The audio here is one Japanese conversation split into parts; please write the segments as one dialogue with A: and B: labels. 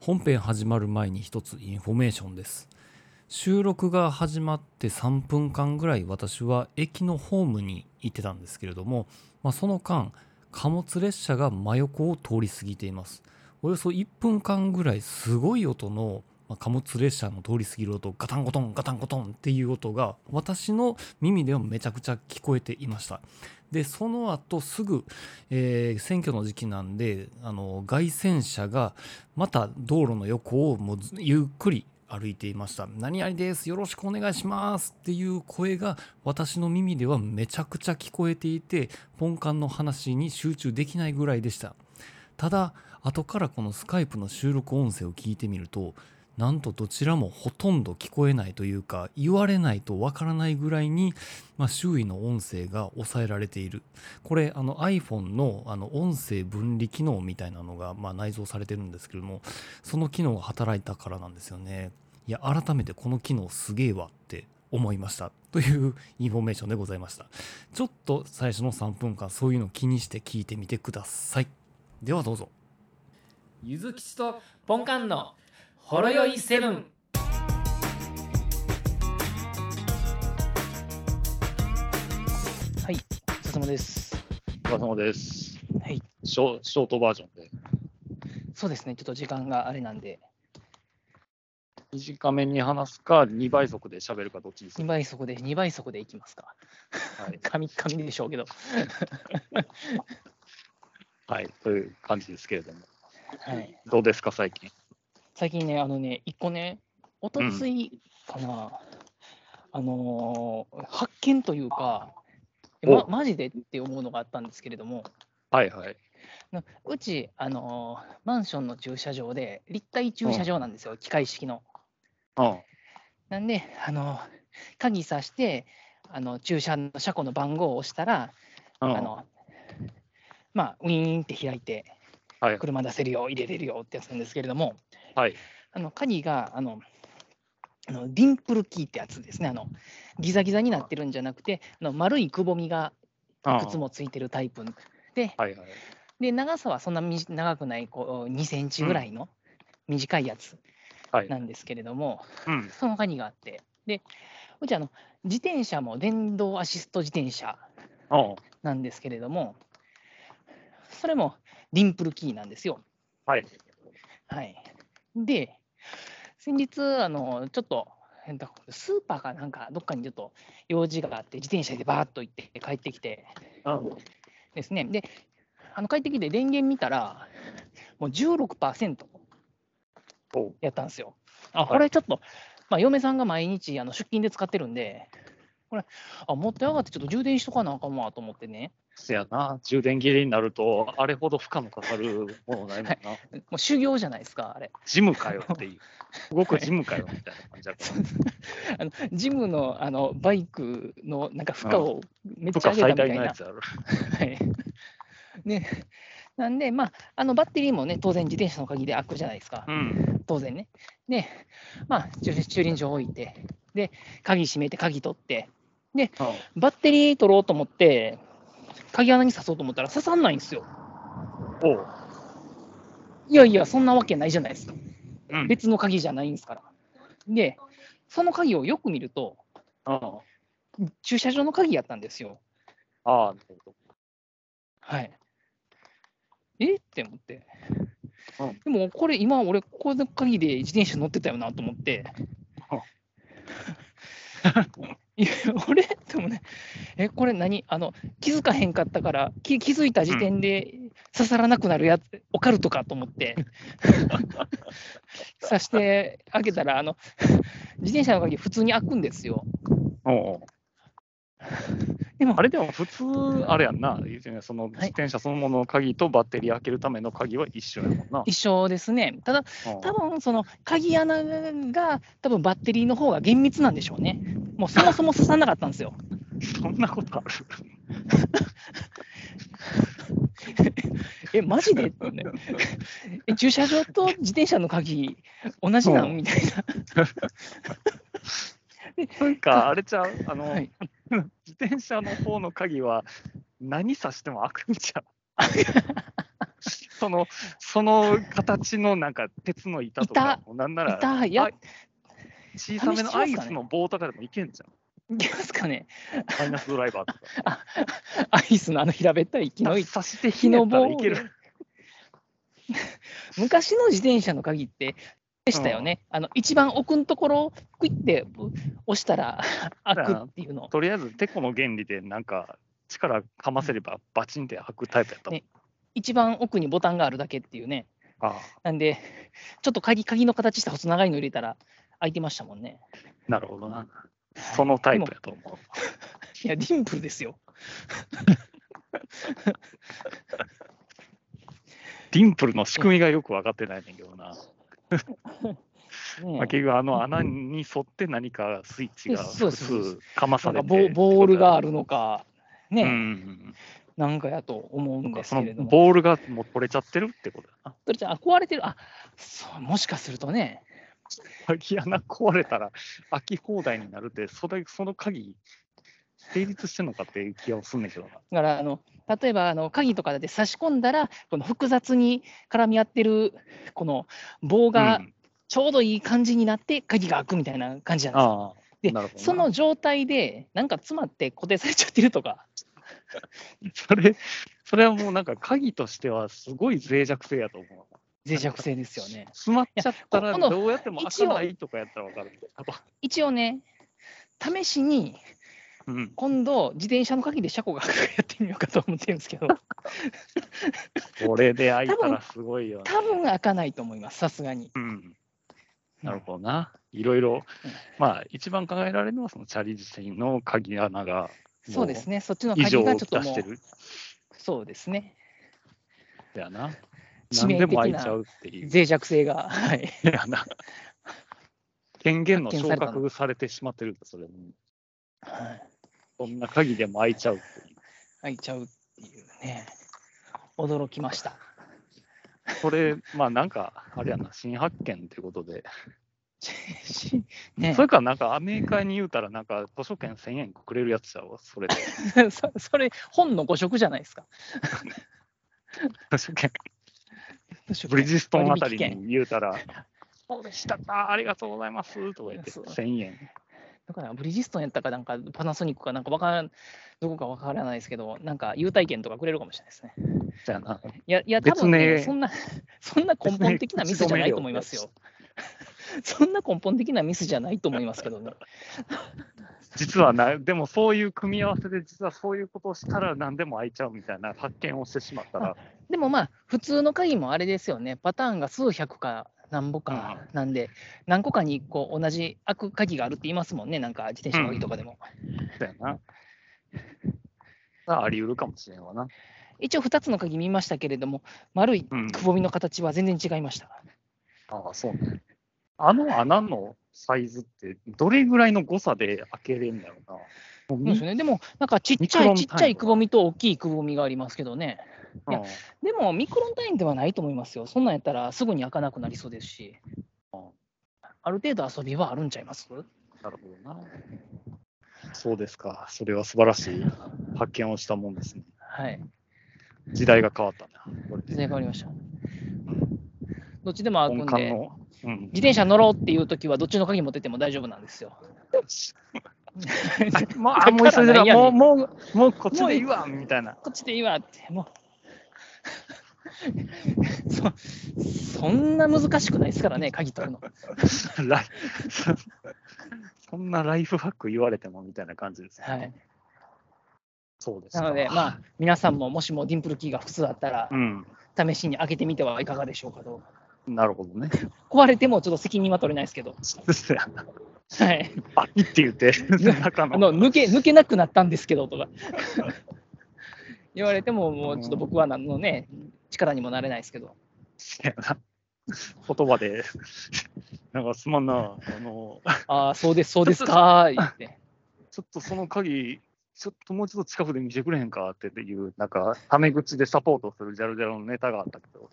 A: 本編始まる前に一つインフォメーションです収録が始まって3分間ぐらい私は駅のホームに行ってたんですけれども、まあ、その間貨物列車が真横を通り過ぎていますおよそ1分間ぐらいすごい音の、まあ貨物列車の通り過ぎる音ガタンゴトンガタンゴトンっていう音が私の耳ではめちゃくちゃ聞こえていましたでその後すぐ、えー選挙の時期なんであの街宣車がまた道路の横をもうずゆっくり歩いていました「何々ですよろしくお願いします」っていう声が私の耳ではめちゃくちゃ聞こえていてポンカンの話に集中できないぐらいでしたただ後からこのスカイプの収録音声を聞いてみるとなんとどちらもほとんど聞こえないというか言われないとわからないぐらいに、まあ、周囲の音声が抑えられているこれあの iPhone のあの音声分離機能みたいなのが、まあ、内蔵されてるんですけれどもその機能が働いたからなんですよねいや改めてこの機能すげえわって思いましたというインフォメーションでございましたちょっと最初の3分間そういうの気にして聞いてみてくださいではどうぞ
B: ゆずきちとポンカンのほろよいセブン。
C: はい、お疲れ様です。
D: お疲れ様です。
C: はい、
D: ショショートバージョンで。
C: そうですね、ちょっと時間があれなんで、
D: 短めに話すか、2倍速で喋るか、どっちにす
C: 2
D: る
C: 倍速で、2倍速でいきますか。
D: はい、
C: 神々でしょうけど。
D: はい。という感じですけれども。
C: はい、
D: どうですか、最近。
C: 最近ね、あのね、1個ね、おとついかな、あのー発見というか、えま、
D: お
C: マジでって思うのがあったんですけれども、
D: はいはい。
C: なうち、あのーマンションの駐車場で、立体駐車場なんですよ、機械式の。
D: うん。
C: なんで、あのー鍵さして、あの駐車の車庫の番号を押したら、
D: うん
C: あの、まあ、ウィーンって開いて、
D: はい
C: 車出せるよ、入れれるよってやつなんですけれども、
D: はい。
C: あの鍵があのあのディンプルキーってやつですねあの、ギザギザになってるんじゃなくて、あの丸いくぼみが
D: うん
C: いくつもついてるタイプで、
D: はいはい。
C: で長さはそんなみじ長くないこう2センチぐらいの短いやつ
D: はい
C: なんですけれども、
D: うん。
C: その鍵があって、でうちあの自転車も電動アシスト自転車
D: うん。
C: なんですけれども、それもディンプルキーなんですよ。
D: はい。
C: はい、で、先日、あのちょっとえっとスーパーかなんか、どっかにちょっと用事があって、自転車でバーっと行って帰ってきて
D: うん。
C: ですね、で、あの帰ってきて電源見たら、もう16%
D: お
C: やったんですよ。あ、
D: い
C: これちょっと、まあ、嫁さんが毎日あの出勤で使ってるんで、これ、あ、持って上がってちょっと充電しとかなあかんわと思ってね。
D: せやな、充電切れになると、あれほど負荷のかかるものないもんな。
C: もう修行じゃないですか、あれ。
D: ジムかよっていう。動くジムかよみたいな感じだから。
C: あのジムのあのバイクのなんか負荷を めっ
D: 負
C: ちゃ
D: 荷
C: 上げ
D: 最
C: たみ
D: 大
C: たい
D: のや
C: な。
D: つやろ。
C: はいね、なんで、まあ、あのバッテリーもね、当然自転車の鍵で開くじゃないですか
D: う、ん。
C: 当然ね。で、まあ、駐駐輪場置いて、で、鍵閉めて、鍵取って、バッテリー取ろうと思って、鍵穴に刺そうと思ったら刺さんないんですよ。
D: おう。
C: いやいや、そんなわけないじゃないですか。
D: うん。
C: 別の鍵じゃないんですから。で、その鍵をよく見ると、
D: うん
C: 駐車場の鍵やったんですよ。
D: ああ、なるほ
C: はい。えって思って
D: うん。
C: でも、これ、今、俺、ここの鍵で自転車乗ってたよなと思って
D: うん。
C: いや、俺、でもね、え、これ何あの、気づかへんかったから、き気づいた時点で刺さらなくなるやつ、オカルトかと思 って。刺して開けたら、あの、自転車の鍵、普通に開くんですよ。
D: ど。おう。
C: で も、
D: あれでも普通、あれやんな、言うてねその自転車そのものの鍵とバッテリー開けるための鍵は一緒やもんな。
C: 一緒ですね。ただ、
D: うん
C: 多分その鍵穴が、多分バッテリーの方が厳密なんでしょうね。もうそもそも刺さんなかったんです よ。
D: そんなことあ る
C: え、マジでってね え駐車場と自転車の鍵、同じな
D: うんん
C: みたいな。
D: というか、あれちゃう、あ の、
C: はい
D: 自転車の方の鍵は何さしても開くんちゃう。その、その形のなんか鉄の板とか、なんなら、
C: 板や
D: あ小さめのアイスの棒とかでもいけんじゃん。
C: いけますかね
D: マイナスドライバーとか。
C: アイスのあの平べったい木の 板
D: さしてひねったらいける。
C: 昔の自転車の鍵って、でしたよね、あの一番奥のところ、クイって押したら開くっていうの、
D: とりあえず、テコの原理で、なんか、力かませればバチンって開くタイプやったもん。
C: ね一番奥にボタンがあるだけっていうね、
D: ああ、
C: なんで、 ちょっと鍵鍵の形した細長いの入れたら開いてましたもんね。
D: なるほどな。そのタイプやと思う。
C: いや、ディンプルですよ。
D: ディンプルの仕組みがよく分かってないねんけどな。
C: ね
D: まあ、結局、あの穴に沿って何かスイッチが
C: そう
D: 複
C: そうそうそう
D: 数かま
C: な
D: さ
C: ん
D: れ
C: か
D: て
C: ボボールがあ
D: る
C: るのか、ね、
D: ね。うん
C: なんかやと思うんです
D: そ
C: け
D: の
C: れども。
D: ボールがもう取れちゃってるってことやな。
C: それじゃあ壊れてる、あそうもしかするとね、
D: 鍵穴壊れたら開き放題になるって、それその鍵、成立してんのかっていう気がすんねんけどな。
C: だからあの例えばあの鍵とかで差し込んだら、この複雑に絡み合ってるこの棒が
D: うん
C: ちょうどいい感じになって、鍵が開くみたいな感じなんですよ。
D: ああ、
C: で
D: なるほどな
C: その状態で、なんか詰まって固定されちゃってるとか、
D: それ、それはもうなんか鍵としてはすごい脆弱性やと思う。
C: 脆弱性ですよね。
D: 詰まっちゃった
C: いや
D: ら
C: ここの
D: どうやっても開かないとかやったら分かるけど。
C: 一応ね、試しに
D: うん、
C: 今度、自転車の鍵で車庫が開くかやってみようかと思ってるんですけ ど、
D: これで開いたらすごいよね。
C: 多分開かないと思います、さすがに。
D: うん、なるほどな。いろいろ、まあ、一番考えられるのは、そのチャリ自身の鍵穴が
C: そうですね、そっちの
D: 異
C: 鍵
D: 常を
C: が
D: 出
C: ちょっと
D: し
C: も
D: て
C: う、
D: る
C: そうですね、
D: だよな。
C: 致
D: 何
C: 命
D: で
C: 的
D: も
C: な
D: 開いちゃうっていう。
C: 脆弱性が、はい、
D: だよな。権限の
C: 発見
D: 昇
C: されたの
D: 格されてしまってるんだ、それも。
C: はい
D: そんな鍵でも開いちゃうっていう。
C: 開いちゃうっていうね、驚きま した。
D: これ、まあなんか、あれやな、新発見ということで。
C: しね
D: そ、れか、なんかアメリカに言うたら、なんか図書券1000円くれるやつちゃうわ、それで。
C: そそれ、本の誤色じゃないですか。
D: 図書券。ブリヂストンあたりに言うたら、 そうでしたか、ありがとうございますとか言って、
C: そう
D: 1000円。
C: だからブリヂストンやったかなんかパナソニックかなんかわからんどこかわからないですけどなんか優待券とかくれるかもしれないですね。
D: じゃあな、
C: いやいや多分ね
D: 別名
C: そんな そんな根本的なミスじゃないと思いますよ。 そんな根本的なミスじゃないと思いますけどね。
D: 実はな、でもそういう組み合わせで、実はそういうことをしたら何でも開いちゃうみたいな発見をしてしまった ら、
C: でもまあ普通の鍵もあれですよねパターンが数百か何ぼかなんで何個かにこう同じ開く鍵があるって言いますもんねなんか自転車の鍵とかでも。
D: だよな。ああり得るかもしれんわな。
C: 一応2つの鍵見ましたけれども丸い
D: うん
C: くぼみの形は全然違いました。
D: ああ、そうね。あの穴のサイズって、どれぐらいの誤差で開けれるんだろうな。
C: そうですよね。でも、なんかちっち
D: ミク
C: ゃ
D: ロ
C: い
D: ン単
C: ち
D: 位
C: っちゃいくぼみと大きいくぼみがありますけどね。いや
D: うん
C: でも、ミクロン単位ではないと思いますよ。そんなんやったらすぐに開かなくなりそうですし
D: うん。
C: ある程度遊びはあるんちゃいます
D: なるほどな。そうですか。それは素晴らしい発見をしたもんですね。
C: はい。
D: 時代が変わったな。こ
C: 全
D: れで
C: 然変わりました。どっちでも開くん
D: 本館
C: で、
D: の、うん
C: 自転車乗ろうっていう時はどっちの鍵持ってても大丈夫なんですよ。
D: もうあ もう急いで
C: だからなんや
D: る
C: ね
D: もうんもうもうこっちでいいわみたいな。
C: こっちでいいわって、もう。 そそんな難しくないですからね、鍵取るの。
D: ライ そんなライフハック言われてもみたいな感じです、ね。
C: はい。
D: そうです
C: な
D: か
C: ので、まあ、皆さんももしもディンプルキーが普通だったら
D: う、ん。
C: 試しに開けてみてはいかがでしょうかと。
D: なるほどね。
C: 壊れてもちょっと責任は取れないですけど、
D: そうですね
C: はい、
D: あいって言って、中
C: あ
D: の。
C: の抜け抜けなくなったんですけどとか 言われても、もうちょっと僕は何のね、力にもなれないですけど、
D: 言葉で、なんかすまんな、あの、
C: ああ、そうです、そうですかー言って、
D: ちょっとその鍵、ちょっともうちょっと近くで見せてくれへんかっていう、なんか、タメ口でサポートするジャルジャルのネタがあったけど、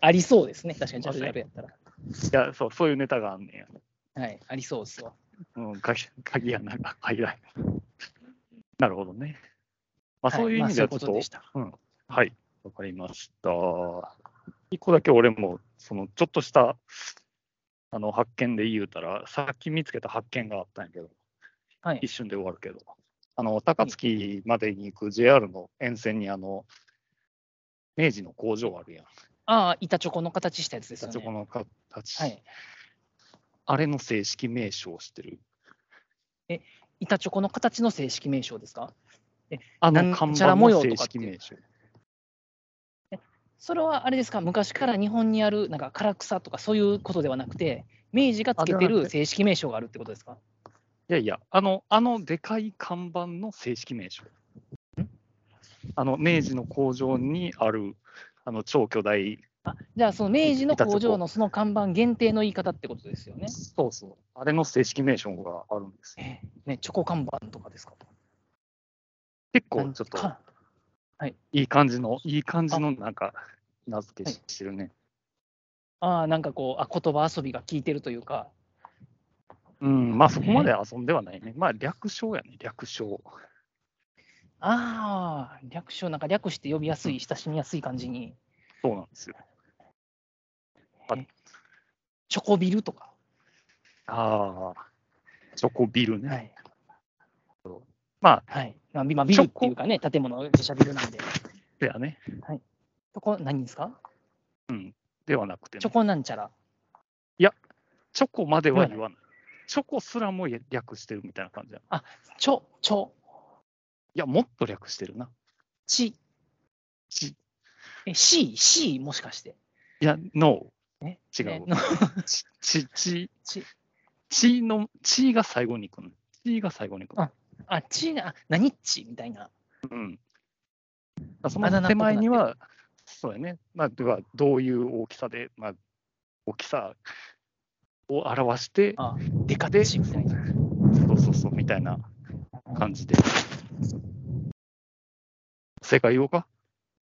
C: ありそうですね、確かにジャルジャルやったら。
D: いや、そう、そういうネタがあんねんや。
C: はい、ありそう ですわ。
D: うん、鍵鍵穴が入らない。なるほどね。まあ、そういう意味ではち
C: ま
D: ょっ、
C: あそういうこととでした。
D: うん、はい、わかりました。一個だけ俺も、そのちょっとしたあの発見で言うたら、さっき見つけた発見があったんやけど、
C: はい
D: 一瞬で終わるけど、あの高槻までに行く JR の沿線に、あの明治の工場あるやん、
C: ああ、板チョコの形したやつですよね。
D: そこの形、
C: はい。
D: あれの正式名称を知ってる。
C: 板チョコの形の正式名称ですか
D: あ
C: なん
D: の
C: ちゃら
D: 看板
C: 模様
D: の
C: とかって
D: 正式名称。
C: それはあれですか、昔から日本にある、なんか唐草とかそういうことではなくて、明治がつけて
D: あではなく
C: る
D: て
C: 正式名称があるってことですか
D: いやいや、あの、あのでかい看板の正式名称。あの、明治の工場にある、あの、超巨大。
C: じゃあ、その明治の
D: 板チョコ
C: 工場のその看板限定の言い方ってことですよね。
D: そうそう。あれの正式名称があるんですよ。
C: ね、チョコ看板とかですか
D: 結
C: な
D: 構、
C: ん
D: ちょっと、
C: か
D: いい感じの、いい感じの、なんか、名付
C: は
D: け
C: い
D: してるね。
C: ああ、なんかこう、あ言葉遊びが効いてるというか、
D: うん、まあ、そこまで遊んではないね。まあ、略称やね、略称。
C: ああ、略称、なんか略して呼びやすい、親しみやすい感じに、
D: そうなんですよ。
C: チョコビルとか。
D: ああ、チョコビルね。
C: はい。
D: ま
C: はい。まあ、ビまあビルっていうかね、建物、自社ビルなんで。
D: あ、ではね、
C: チョコ、何ですか
D: ではなくてね、
C: チョコなんちゃら。
D: チョコまでは言わない。チョコすらも略してるみたいな感じやな。
C: チョ、チョ、
D: いや、もっと略してるな。
C: チ。
D: ち
C: え、C、C、もしかして。
D: いや、ノ
C: え
D: ー。違
C: え
D: う。
C: の
D: ち、ち、ち、
C: ち
D: ちの、ちが最後に行くの。ちが最後に行くの。
C: ああ、チな、あ何っちみたいな。
D: だそ
C: あだ名っぽくなっ
D: の手
C: て
D: 前
C: る
D: には、そうやね。まあ、では、どういう大きさで、まあ、大きさを表して、
C: あデカ
D: で、
C: ッチ
D: そう
C: みたいな。
D: そうそう、みたいな感じで。正解言おうか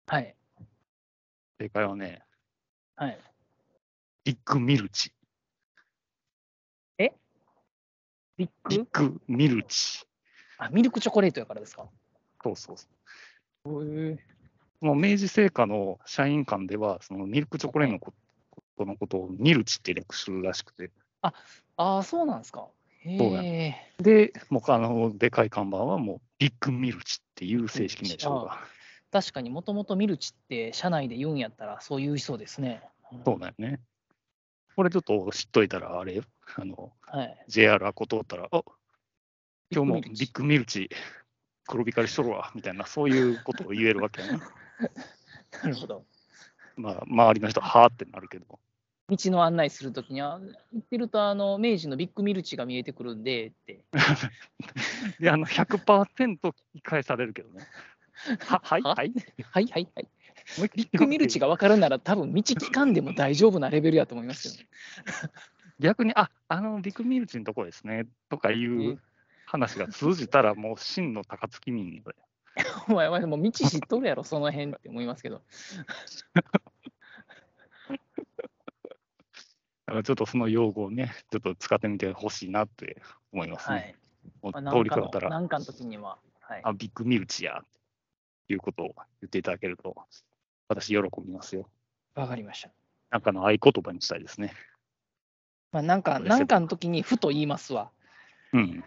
C: はい。
D: 正解はね、
C: はい。
D: ビッグミルチ。
C: ビッ
D: ビッ
C: グ
D: グミルチ。
C: あ、ミルクチョコレートやからですか。
D: そうそうそう。
C: へ
D: その明治製菓の社員間では、そのミルクチョコレートのこことのことをミルチって略するらしくて、
C: ああ、そうなんですか。へ
D: そうや
C: え。
D: で、もうあのでかい看板はもうビッグミルチっていう正式名称が、
C: 確かにもともとミルチって社内で言うんやったらそう言いそうですね。
D: そうだよね。これちょっと知っといたら、あれよ、あの、
C: はい。
D: JR アコ通ったら、あ今日もビ
C: ビ
D: ッグミルチ黒光りしとるわ、みたいな、そういうことを言えるわけやな。
C: なるほど。
D: まあ、周りの人、はーってなるけど。
C: 道の案内するときには、行ってるとあの明治のビッグミルチが見えてくるんでって。
D: で、あの、100%聞き返されるけど ね。は、はい、
C: は
D: はい。
C: はいはい はい。
D: もう一
C: ビ
D: 回
C: ッグミルチが分かるなら多分道聞かんでも大丈夫なレベルやと思いますよ、ね。
D: 逆に、ああのビッグミルチのとこですねとかい
C: え
D: う話が通じたら、もう真の高槻民だよ
C: お前お前もう道知っとるやろその辺って思いますけど。
D: だからちょっとその用語をね、ちょっと使ってみてほしいなって思います
C: は
D: ね。
C: い。
D: もう
C: まあ
D: 通りかかったら、
C: 何かの何かの時には。はい。
D: あ、ビッグミルチやということを言っていただけると、私、喜びますよ。
C: わかりました。
D: なんかの合言葉にしたいですね。
C: まあなんか
D: そうですけど
C: 何かの時にふと言いますわ。
D: うん。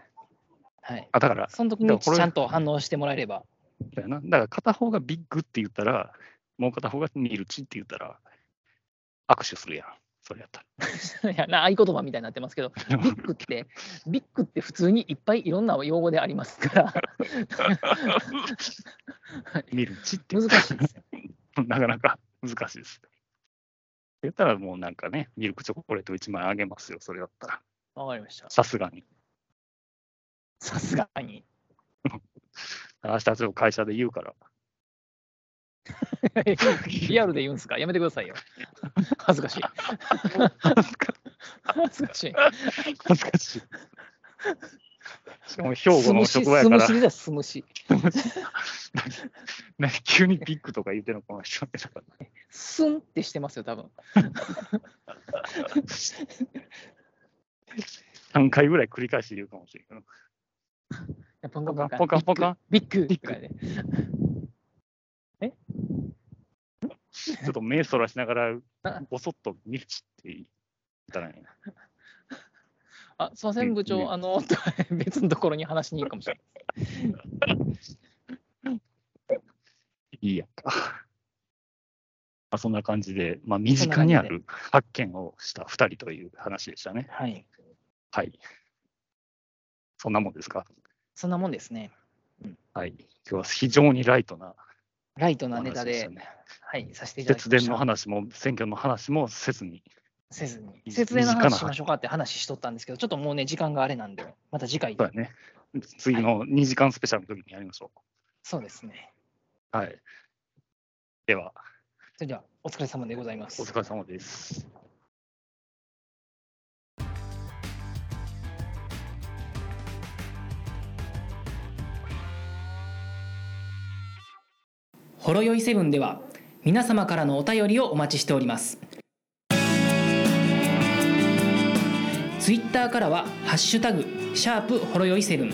C: はい。
D: あだから、
C: その時
D: で
C: に
D: もこれ
C: ちゃんと反応してもらえれば。
D: だよな。だから片方がビッグって言ったら、もう片方がミルチって言ったら、握手するやん。それやったら。
C: いやな合言葉みたいになってますけ ど、ビ ッグって、ビッグって普通にいっぱいいろんな用語であります から、
D: ミルチって
C: 難しいですよ。
D: なかなか難しいです。言ったらもうなんかね、ミルクチョコレート1枚あげますよ、それだったら。
C: わかりました。
D: さすがに。
C: さすがに。
D: 明日ちょっと会社で言うから。
C: リアルで言うんですかやめてくださいよ。 恥ずかしい。
D: 恥ずか
C: 恥ずかしい。
D: 恥ずかしい。しかも兵庫の職場や
C: す
D: か
C: む
D: ら
C: し、です、すむし。
D: なんか 急にビッグとか言ってるのかもしれないから。
C: すんってしてますよ、多分
D: 3回ぐらい繰り返し言うかもしれない
C: ポンカ
D: ポカンポカンポカン
C: ビッグ
D: ビッグ
C: ぐらいで
D: ちょっと目そらしながら
C: あ、
D: ぼそっと見るって言ったらいいな。
C: あ、すいません、部
D: ビッグ
C: 長、あの、 別のところに話しに行くかもしれない。
D: いいやん か。まあ、そんな感じで、まあ、身近にある発見をした2人という話でしたね。
C: はい。
D: はい。そんなもんですか。
C: そんなもんですね。
D: はい。今日は非常にライトな
C: ライトな
D: 話
C: ネタ
D: でし
C: で
D: た、ね。
C: はい、させていただき
D: 節
C: ました
D: 電の話も選挙の話もせずに。
C: せずに。
D: い
C: 節電の
D: 身近な
C: 話しましょうかって話しとったんですけど、ちょっともうね、時間があれなんで、また次回。
D: そうだね。次の2時間スペシャルの時にやりましょ
C: そうですね。
D: う。はい。では、
C: それでは、お疲れ様でございま
D: お
C: す。
D: 疲れ様です。
B: ほろよいセブンでは皆様からのお便りをお待ちしておりますツイッターからは「ハッシュタグシャープほろよいセブン」